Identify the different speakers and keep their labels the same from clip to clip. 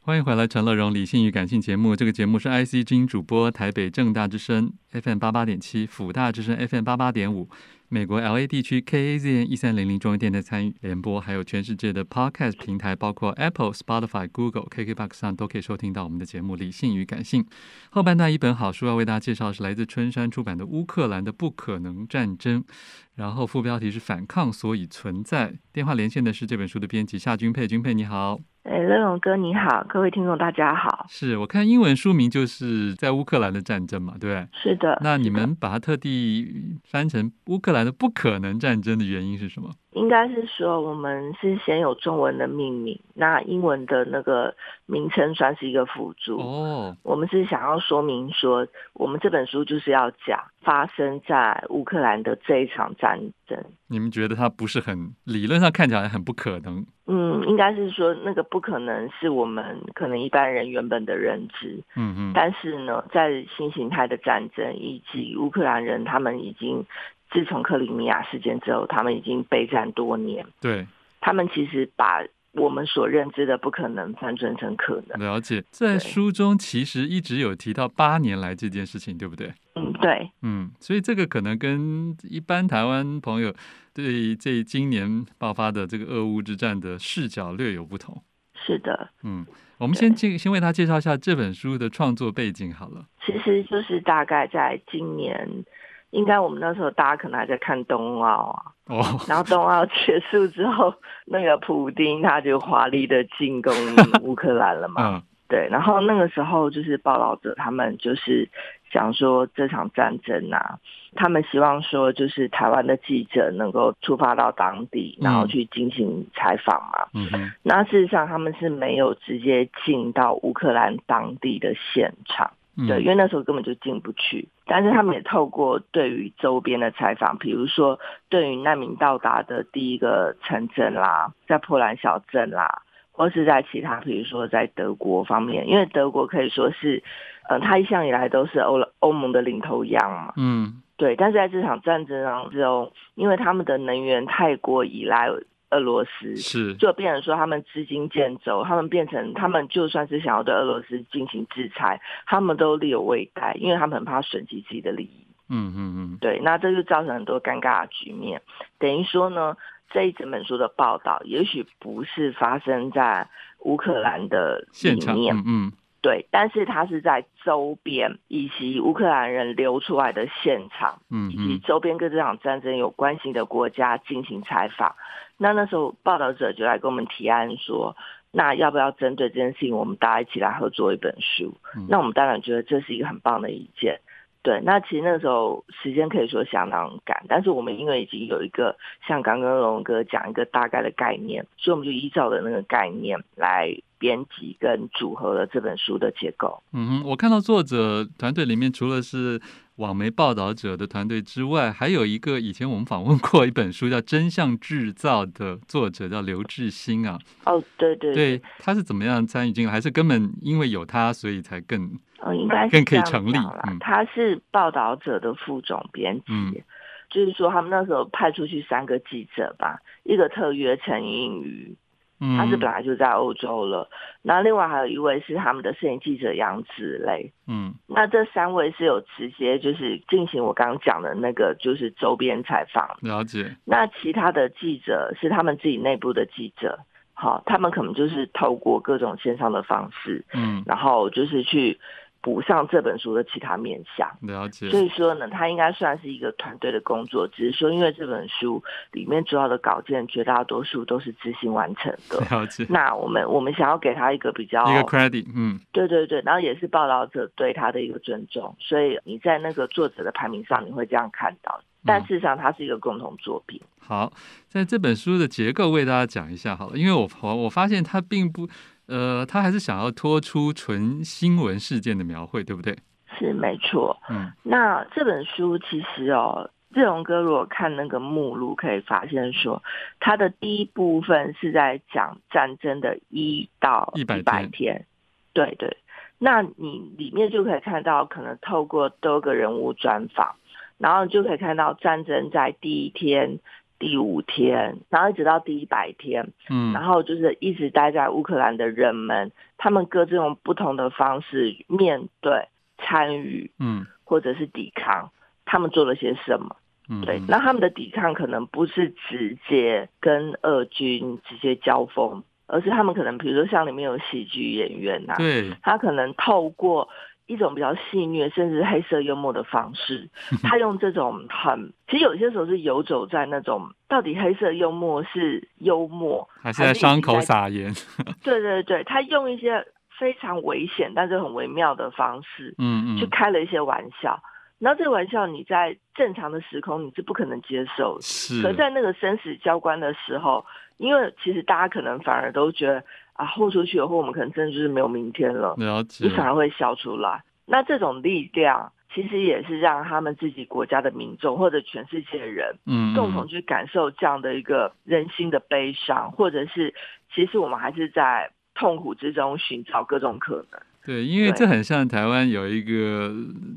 Speaker 1: 欢迎回来，《陈乐融理性与感性》节目。这个节目是 IC 之音主播，台北正大之声 FM 八八点七，辅大之声 FM 八八点五，美国 LA 地区 KAZN 一三零零中文电台参与联播，还有全世界的 Podcast 平台，包括 Apple、Spotify、Google、KKBox 上都可以收听到我们的节目《理性与感性》。后半段一本好书要为大家介绍是来自春山出版的《乌克兰的不可能战争》，然后副标题是“反抗所以存在”。电话连线的是这本书的编辑夏君佩，君佩你好。
Speaker 2: 哎，乐荣哥你好，各位听众大家好。
Speaker 1: 是我看英文书名就是在乌克兰的战争嘛，对不对？
Speaker 2: 是的。
Speaker 1: 那你们把它特地翻成乌克兰的不可能战争的原因是什么？
Speaker 2: 应该是说我们是先有中文的命名，那英文的那个名称算是一个辅助。
Speaker 1: 哦，
Speaker 2: 我们是想要说明说，我们这本书就是要讲发生在乌克兰的这一场战争。
Speaker 1: 你们觉得它不是很理论上看起来很不可能？
Speaker 2: 嗯，应该是说那个不可能是我们可能一般人原本的认知，
Speaker 1: 嗯嗯，
Speaker 2: 但是呢，在新形态的战争以及乌克兰人他们已经自从克里米亚事件之后，他们已经备战多年，
Speaker 1: 对，
Speaker 2: 他们其实把我们所认知的不可能翻转成可能。
Speaker 1: 了解。在
Speaker 2: 对
Speaker 1: 书中其实一直有提到八年来这件事情，对不对？
Speaker 2: 嗯，对，
Speaker 1: 嗯，所以这个可能跟一般台湾朋友对这今年爆发的这个俄乌之战的视角略有不同。
Speaker 2: 是的。
Speaker 1: 嗯，我们
Speaker 2: 对
Speaker 1: 先介先为他介绍一下这本书的创作背景好了。
Speaker 2: 其实就是大概在今年，应该我们那时候大家可能还在看冬奥啊，
Speaker 1: 哦，
Speaker 2: 然后冬奥结束之后，那个普丁他就华丽的进攻乌克兰了嘛，
Speaker 1: 嗯，
Speaker 2: 对，然后那个时候就是报道者他们就是讲说这场战争啊，他们希望说就是台湾的记者能够出发到当地，
Speaker 1: 嗯
Speaker 2: 然后去进行采访嘛，
Speaker 1: 嗯哼，
Speaker 2: 那事实上他们是没有直接进到乌克兰当地的现场。
Speaker 1: 嗯
Speaker 2: 对，因为那时候根本就进不去。但是他们也透过对于周边的采访，比如说对于难民到达的第一个城镇啦，在波兰小镇啦，或是在其他，比如说在德国方面，因为德国可以说是，呃，它一向以来都是欧欧盟的领头羊嘛。
Speaker 1: 嗯
Speaker 2: 对，但是在这场战争当中，因为他们的能源太过依赖俄罗斯，
Speaker 1: 是，
Speaker 2: 就变成说他们资金建走，他们变成他们就算是想要对俄罗斯进行制裁，他们都力有未逮，因为他们很怕损及自己的利益。
Speaker 1: 嗯嗯嗯，
Speaker 2: 对，那这就造成很多尴尬的局面。等于说呢，这一整本书的报道，也许不是发生在乌克兰的
Speaker 1: 现
Speaker 2: 里
Speaker 1: 场，
Speaker 2: 面，
Speaker 1: 嗯嗯
Speaker 2: 对，但是它是在周边以及乌克兰人流出来的现场。
Speaker 1: 嗯
Speaker 2: 以及
Speaker 1: 嗯，
Speaker 2: 周边跟这场战争有关系的国家进行采访。那那时候报道者就来跟我们提案说，那要不要针对这件事情，我们大家一起来合作一本书
Speaker 1: 嗯？
Speaker 2: 那我们当然觉得这是一个很棒的意见。对，那其实那时候时间可以说相当赶，但是我们因为已经有一个像刚刚龙哥讲一个大概的概念，所以我们就依照的那个概念来编辑跟组合了这本书的结构。
Speaker 1: 嗯哼，我看到作者团队里面除了是网媒报道者的团队之外，还有一个以前我们访问过一本书叫《真相制造》的作者叫刘志新啊，
Speaker 2: 哦，对对
Speaker 1: 对，他是怎么样参与进来？还是根本因为有他，所以才更
Speaker 2: 嗯，应该是
Speaker 1: 啊更可以
Speaker 2: 这样
Speaker 1: 成立
Speaker 2: 讲啦
Speaker 1: 嗯
Speaker 2: 他是报道者的副总编辑，
Speaker 1: 嗯
Speaker 2: 就是说他们那时候派出去三个记者吧，一个特约陈映瑜，
Speaker 1: 嗯，
Speaker 2: 他是本来就在欧洲了，那、另外还有一位是他们的摄影记者杨子蕾。
Speaker 1: 嗯
Speaker 2: 那这三位是有直接就是进行我刚刚讲的那个就是周边采访，
Speaker 1: 了解，
Speaker 2: 那其他的记者是他们自己内部的记者，好，他们可能就是透过各种线上的方式，
Speaker 1: 嗯
Speaker 2: 然后就是去补上这本书的其他面向。
Speaker 1: 了解，
Speaker 2: 所以说呢，它应该算是一个团队的工作，只是说因为这本书里面主要的稿件绝大多数都是执行完成的。
Speaker 1: 了解，
Speaker 2: 那我们我们想要给他一个比较
Speaker 1: 一个 credit，嗯。
Speaker 2: 对对对，然后也是报道者对他的一个尊重，所以你在那个作者的排名上你会这样看到，但
Speaker 1: 嗯
Speaker 2: 事实上它是一个共同作品。
Speaker 1: 好，在这本书的结构为大家讲一下好了，因为我我我发现它并不，呃，它还是想要脱出纯新闻事件的描绘，对不对？
Speaker 2: 是没错，
Speaker 1: 嗯
Speaker 2: 那这本书其实哦，志荣哥如果看那个目录，可以发现说，它的第一部分是在讲战争的一到
Speaker 1: 100
Speaker 2: 百天，对对。那你里面就可以看到，可能透过多个人物专访，然后你就可以看到战争在第一天、第五天，然后一直到第一百天，
Speaker 1: 嗯
Speaker 2: 然后就是一直待在乌克兰的人们，他们各自用不同的方式面对、参与
Speaker 1: 嗯
Speaker 2: 或者是抵抗，他们做了些什么？
Speaker 1: 嗯，
Speaker 2: 对，
Speaker 1: 嗯
Speaker 2: 那他们的抵抗可能不是直接跟俄军直接交锋，而是他们可能比如说像里面有喜剧演员呐、
Speaker 1: 对，
Speaker 2: 他可能透过一种比较戏谑甚至黑色幽默的方式，
Speaker 1: 嗯
Speaker 2: 他用这种很，其实有些时候是游走在那种到底黑色幽默是幽默，
Speaker 1: 还是在伤口
Speaker 2: 还是已经在
Speaker 1: 撒盐，
Speaker 2: 对对对，他用一些非常危险但是很微妙的方式，
Speaker 1: 嗯
Speaker 2: 去
Speaker 1: 嗯，
Speaker 2: 开了一些玩笑。然后这个玩笑你在正常的时空你是不可能接受的，
Speaker 1: 是，
Speaker 2: 可在那个生死交关的时候，因为其实大家可能反而都觉得啊，豁出去了，或我们可能真的就是没有明天了，
Speaker 1: 了解
Speaker 2: 你，反而会笑出来。那这种力量其实也是让他们自己国家的民众或者全世界人
Speaker 1: 嗯，
Speaker 2: 共同去感受这样的一个人心的悲伤，或者是其实我们还是在痛苦之中寻找各种可能。
Speaker 1: 对，因为
Speaker 2: 对
Speaker 1: 这很像台湾有一个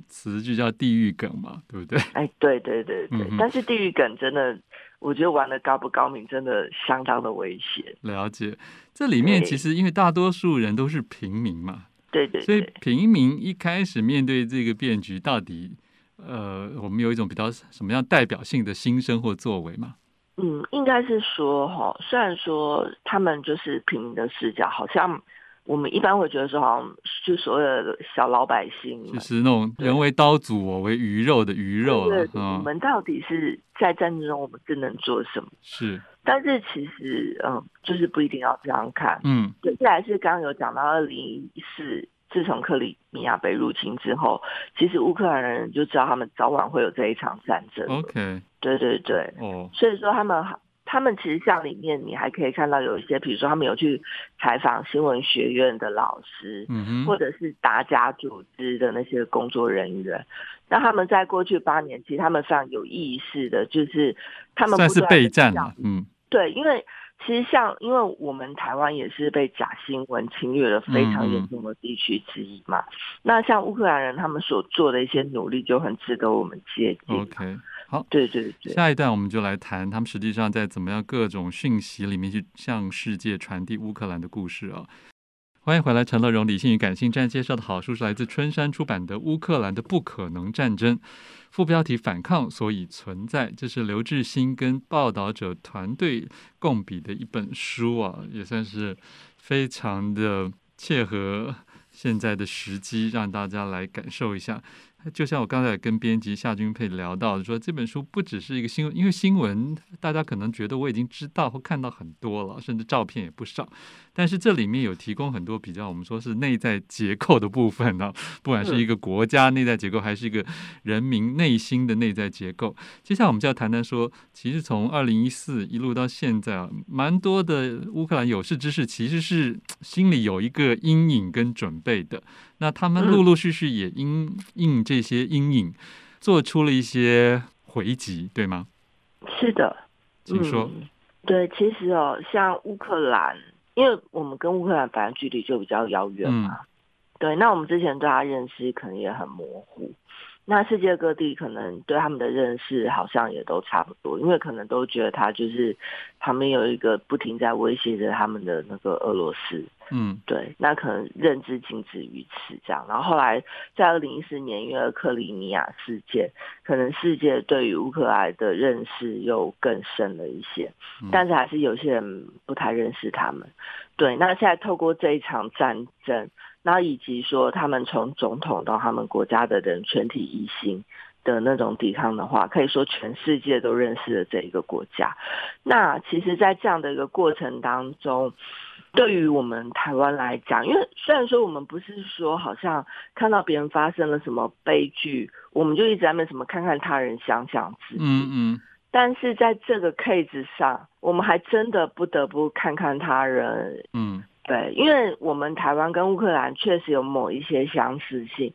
Speaker 1: 词句叫地狱梗嘛，对不 对？
Speaker 2: 哎，对对对对，
Speaker 1: 嗯哼
Speaker 2: 但是地狱梗真的，我觉得玩的高不高明，真的相当的危险。
Speaker 1: 了解，这里面其
Speaker 2: 对
Speaker 1: 实因为大多数人都是平民嘛，
Speaker 2: 对对
Speaker 1: 所以
Speaker 2: 对，
Speaker 1: 平民一开始面对这个变局，到底呃，我们有一种比较什么样代表性的心声或作为嘛？
Speaker 2: 嗯，应该是说哈，虽然说他们就是平民的视角，好像我们一般会觉得说，好像就所有的小老百姓们，
Speaker 1: 就是那种人为刀俎，我为鱼肉的鱼肉
Speaker 2: 对
Speaker 1: 了
Speaker 2: 对，对我
Speaker 1: 嗯，
Speaker 2: 们到底是在战争中，我们真能做什么？
Speaker 1: 是，
Speaker 2: 但是其实，嗯，就是不一定要这样看。
Speaker 1: 嗯
Speaker 2: 接下来是刚刚有讲到二零一四，自从克里米亚被入侵之后，其实乌克兰人就知道他们早晚会有这一场战争。
Speaker 1: ，OK，
Speaker 2: 对对对，
Speaker 1: 哦，
Speaker 2: 所以说他们他们其实像里面你还可以看到有一些，比如说他们有去采访新闻学院的老师。
Speaker 1: 嗯
Speaker 2: 或
Speaker 1: 哼，
Speaker 2: 者是达家组织的那些工作人员，那他们在过去八年，其实他们非常有意识的，就是他们
Speaker 1: 算
Speaker 2: 不
Speaker 1: 是
Speaker 2: 断地
Speaker 1: 备战
Speaker 2: 讲
Speaker 1: 了，嗯
Speaker 2: 对，因为其实像，因为我们台湾也是被假新闻侵略的非常
Speaker 1: 嗯
Speaker 2: 严重的地区之一嘛。那像乌克兰人他们所做的一些努力，就很值得我们借鉴。
Speaker 1: ，OK，好。
Speaker 2: 对对对，
Speaker 1: 下一段我们就来谈他们实际上在怎么样各种讯息里面去向世界传递乌克兰的故事啊。欢迎回来，陈乐荣，理性与感性站介绍的好书是来自春山出版的《乌克兰的不可能战争》，副标题“反抗所以存在”，这是刘志新跟报道者团队共笔的一本书啊，也算是非常的切合现在的时机，让大家来感受一下。就像我刚才跟编辑夏君佩聊到，说这本书不只是一个新闻，因为新闻大家可能觉得我已经知道或看到很多了，甚至照片也不少，但是这里面有提供很多比较我们说是内在结构的部分呢、不管是一个国家内在结构，还是一个人民内心的内在结构。接下来我们就要谈谈说，其实从二零一四一路到现在啊，蛮多的乌克兰有识之士其实是嘖心里有一个阴影跟准备的。那他们
Speaker 2: 嗯
Speaker 1: 陆陆续续也因应这些阴影，做出了一些回击，对吗？
Speaker 2: 是的，
Speaker 1: 请说。
Speaker 2: 嗯。对，其实哦，像乌克兰，因为我们跟乌克兰本来距离就比较遥远嘛，对，那我们之前对他认识可能也很模糊。那世界各地可能对他们的认识好像也都差不多，因为可能都觉得他就是旁边有一个不停在威胁着他们的那个俄罗斯，
Speaker 1: 嗯
Speaker 2: 对，那可能认知仅止于此这样。然后后来在二零一四年因为克里米亚事件，可能世界对于乌克兰的认识又更深了一些
Speaker 1: 嗯，
Speaker 2: 但是还是有些人不太认识他们。对，那现在透过这一场战争，然后以及说他们从总统到他们国家的人全体一心。的那种抵抗的话，可以说全世界都认识了这一个国家。那其实，在这样的一个过程当中，对于我们台湾来讲，因为虽然说我们不是说好像看到别人发生了什么悲剧，我们就一直在那边什么看看他人想想自己，
Speaker 1: 嗯嗯，
Speaker 2: 但是在这个 case 上，我们还真的不得不看看他人。
Speaker 1: 嗯
Speaker 2: 对，因为我们台湾跟乌克兰确实有某一些相似性，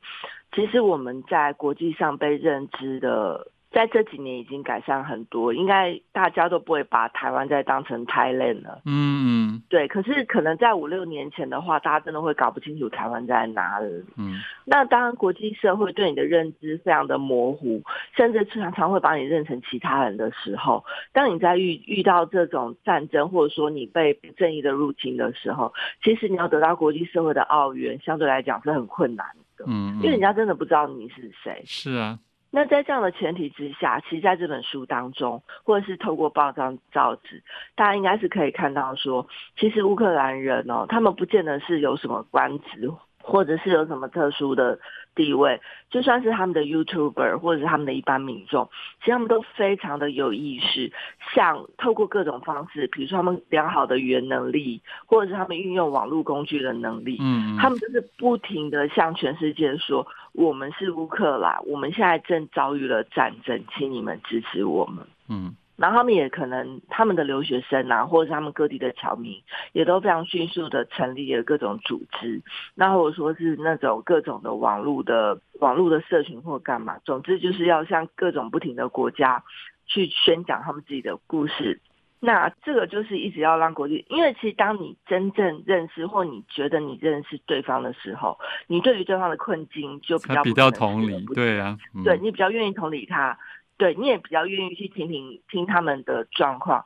Speaker 2: 其实我们在国际上被认知的在这几年已经改善很多，应该大家都不会把台湾再当成 Thailand 了。
Speaker 1: 嗯
Speaker 2: 对，可是可能在五六年前的话，大家真的会搞不清楚台湾在哪里。
Speaker 1: 嗯嗯
Speaker 2: 那当然，国际社会对你的认知非常的模糊，甚至常常会把你认成其他人的时候，当你在遇遇到这种战争，或者说你被不正义的入侵的时候，其实你要得到国际社会的奥援，相对来讲是很困难的，
Speaker 1: 嗯，
Speaker 2: 因为人
Speaker 1: 家
Speaker 2: 家真的不知道你是谁。
Speaker 1: 是啊，
Speaker 2: 那在这样的前提之下，其实在这本书当中，或者是透过报章、造纸，大家应该是可以看到说，其实乌克兰人哦，他们不见得是有什么官职，或者是有什么特殊的地位，就算是他们的 YouTuber 或者是他们的一般民众，其实他们都非常的有意识，像透过各种方式，比如说他们良好的语言能力，或者是他们运用网络工具的能力，
Speaker 1: 嗯，嗯
Speaker 2: 他们就是不停的向全世界说，我们是乌克兰，我们现在正遭遇了战争，请你们支持我们。
Speaker 1: 嗯
Speaker 2: 然后他们也可能他们的留学生啊，或者是他们各地的侨民，也都非常迅速的成立了各种组织，那或者说是那种各种的网络的网络的社群或干嘛，总之就是要向各种不停的国家去宣讲他们自己的故事。那这个就是一直要让国际，因为其实当你真正认识或你觉得你认识对方的时候，你对于对方的困境就比
Speaker 1: 他
Speaker 2: 较
Speaker 1: 比
Speaker 2: 不可
Speaker 1: 较
Speaker 2: 能
Speaker 1: 同
Speaker 2: 视而
Speaker 1: 理，
Speaker 2: 不
Speaker 1: 对啊，嗯
Speaker 2: 对你比较愿意同理他，对你也比较愿意去听听听他们的状况。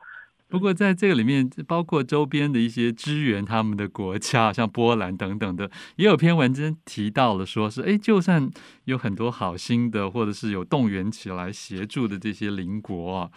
Speaker 1: 不过在这个里面，包括周边的一些支援他们的国家，像波兰等等的，也有篇文章提到了，说是哎，诶就算有很多好心的，或者是有动员起来协助的这些邻国啊，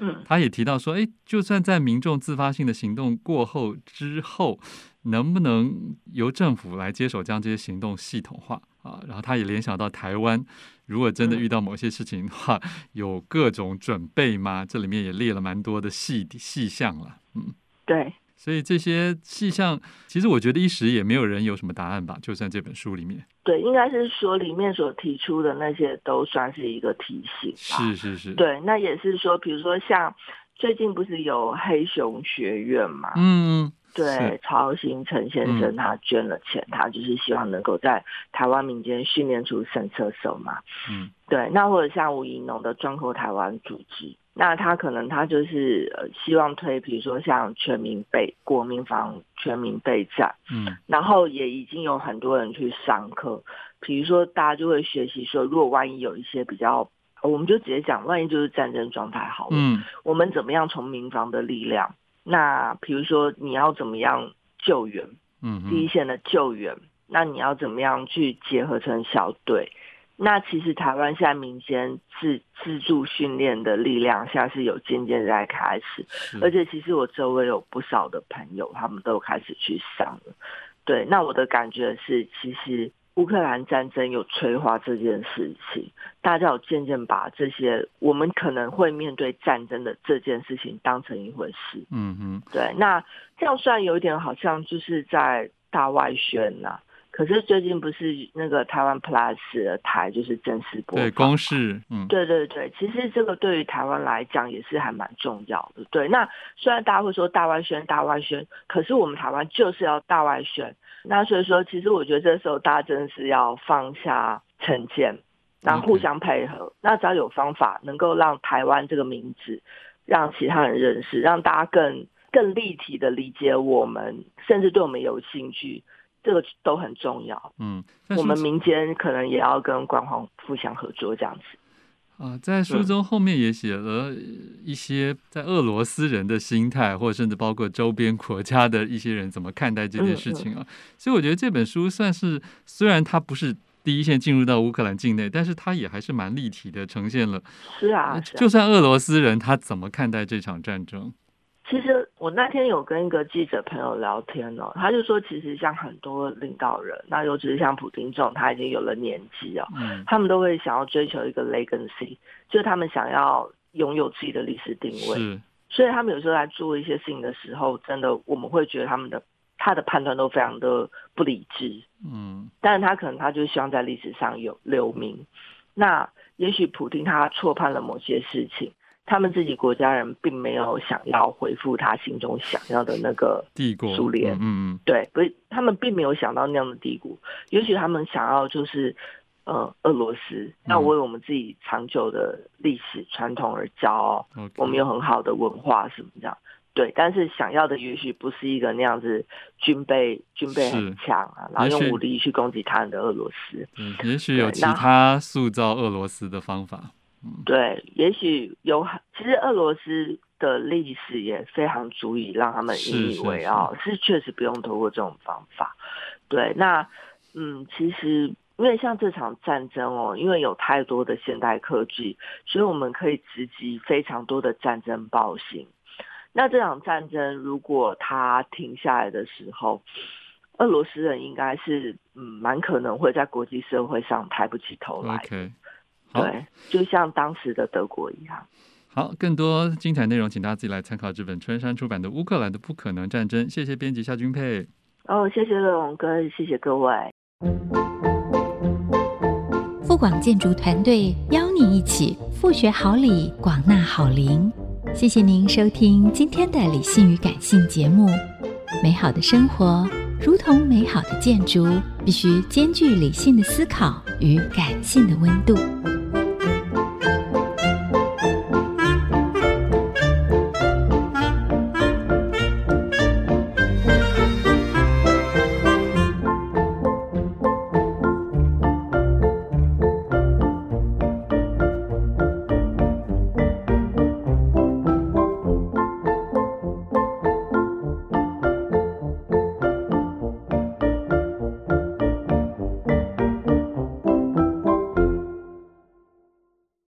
Speaker 2: 嗯，
Speaker 1: 他也提到说，哎，就算在民众自发性的行动过后之后，能不能由政府来接手将这些行动系统化啊？然后他也联想到台湾，如果真的
Speaker 2: 嗯
Speaker 1: 遇到某些事情的话，有各种准备吗？这里面也列了蛮多的细细项了，嗯。
Speaker 2: 对，
Speaker 1: 所以这些细项，其实我觉得一时也没有人有什么答案吧，就算这本书里面
Speaker 2: 对，应该是说里面所提出的那些都算是一个提醒吧。
Speaker 1: 是是是，，
Speaker 2: 对，那也是说，比如说像最近不是有黑熊学院嘛？
Speaker 1: 嗯，
Speaker 2: 对
Speaker 1: 是，
Speaker 2: 曹行成先生
Speaker 1: 嗯
Speaker 2: 他捐了钱，他就是希望能够在台湾民间训练出神射手嘛。
Speaker 1: 嗯
Speaker 2: 对，那或者像吴怡农的壮阔台湾组织，那他可能他就是呃希望推，比如说像全民备国民防全民备战，
Speaker 1: 嗯
Speaker 2: 然后也已经有很多人去上课，比如说大家就会学习说，如果万一有一些比较，呃我们就直接讲，万一就是战争状态好了，
Speaker 1: 嗯
Speaker 2: 我们怎么样从民防的力量，那比如说你要怎么样救援，
Speaker 1: 嗯
Speaker 2: 第一
Speaker 1: 嗯
Speaker 2: 线的救援，那你要怎么样去结合成小队？那其实台湾现在民间自自助训练的力量，现在是有渐渐在开始，
Speaker 1: 是
Speaker 2: 而且其实我周围有不少的朋友，他们都开始去上了。对，那我的感觉是，其实乌克兰战争有催化这件事情，大家有渐渐把这些我们可能会面对战争的这件事情当成一回事。
Speaker 1: 嗯嗯
Speaker 2: 对，那这样虽然有一点好像就是在大外宣呐、可是最近不是那个台湾 Plus 的台就是正式播
Speaker 1: 对
Speaker 2: 放
Speaker 1: 公示，嗯
Speaker 2: 对对对，其实这个对于台湾来讲也是还蛮重要的。对，那虽然大家会说大外宣大外宣，可是我们台湾就是要大外宣。那所以说，其实我觉得这时候大家真的是要放下成见，然后互
Speaker 1: OK
Speaker 2: 相配合。那只要有方法能够让台湾这个名字让其他人认识，让大家更更立体的理解我们，甚至对我们有兴趣，这个都很重要。
Speaker 1: 嗯，在
Speaker 2: 我
Speaker 1: 书
Speaker 2: 们
Speaker 1: 中
Speaker 2: 民间可能也要跟官方互相合作这样子。
Speaker 1: 啊，在书
Speaker 2: 嗯
Speaker 1: 中后面也写了呃一些在俄罗斯人的心态，或者甚至包括周边国家的一些人怎么看待这件
Speaker 2: 嗯
Speaker 1: 事
Speaker 2: 嗯
Speaker 1: 情啊。所以我觉得这本书算是，虽然它不是第一线进入到乌克兰境内，但是它也还是蛮立体的呈现了，
Speaker 2: 是啊，是啊
Speaker 1: 呃就算俄罗斯人他怎么看待这场战争。
Speaker 2: 其实我那天有跟一个记者朋友聊天哦，他就说，其实像很多领导人，那尤其是像普京这种，他已经有了年纪哦，
Speaker 1: 嗯，
Speaker 2: 他们都会想要追求一个 legacy，就是他们想要拥有自己的历史定位。
Speaker 1: 是，
Speaker 2: 所以他们有时候在做一些事情的时候，真的我们会觉得他们的他的判断都非常的不理智，
Speaker 1: 嗯
Speaker 2: 但是他可能他就希望在历史上有留名。那也许普丁他错判了某些事情，他们自己国家人并没有想要恢复他心中想要的那个，
Speaker 1: 帝国，
Speaker 2: 苏联
Speaker 1: 嗯嗯
Speaker 2: 对，不是他们并没有想到那样的低谷，也许他们想要就是。呃俄罗斯，那
Speaker 1: 嗯
Speaker 2: 为我们自己长久的历史传统而骄傲，
Speaker 1: 嗯 OK
Speaker 2: 我们有很好的文化什么这样。对，但是想要的也许不是一个那样子军备军备
Speaker 1: 是
Speaker 2: 很强啊，然后
Speaker 1: 也许
Speaker 2: 用武力去攻击他人的俄罗斯。
Speaker 1: 嗯也许有
Speaker 2: 对
Speaker 1: 其
Speaker 2: 那
Speaker 1: 他塑造俄罗斯的方法。
Speaker 2: 对，也许有很，其实俄罗斯的历史也非常足以让他们引以
Speaker 1: 是
Speaker 2: 为傲，是确实不用透过这种方法。对，那嗯，其实因为像这场战争哦，因为有太多的现代科技，所以我们可以直击非常多的战争暴行。那这场战争如果它停下来的时候，俄罗斯人应该是嗯，蛮可能会在国际社会上抬不起头来的
Speaker 1: OK，好
Speaker 2: 对，就像当时的德国一样。
Speaker 1: 好，更多精彩内容，请大家自己来参考这本春山出版的《乌克兰的不可能战争》。谢谢编辑夏君佩。
Speaker 2: 哦，谢谢乐龙哥，谢谢各位。
Speaker 3: 富广建筑团队邀您一起复学好礼，广纳好邻。谢谢您收听今天的理性与感性节目。美好的生活如同美好的建筑，必须兼具理性的思考与感性的温度。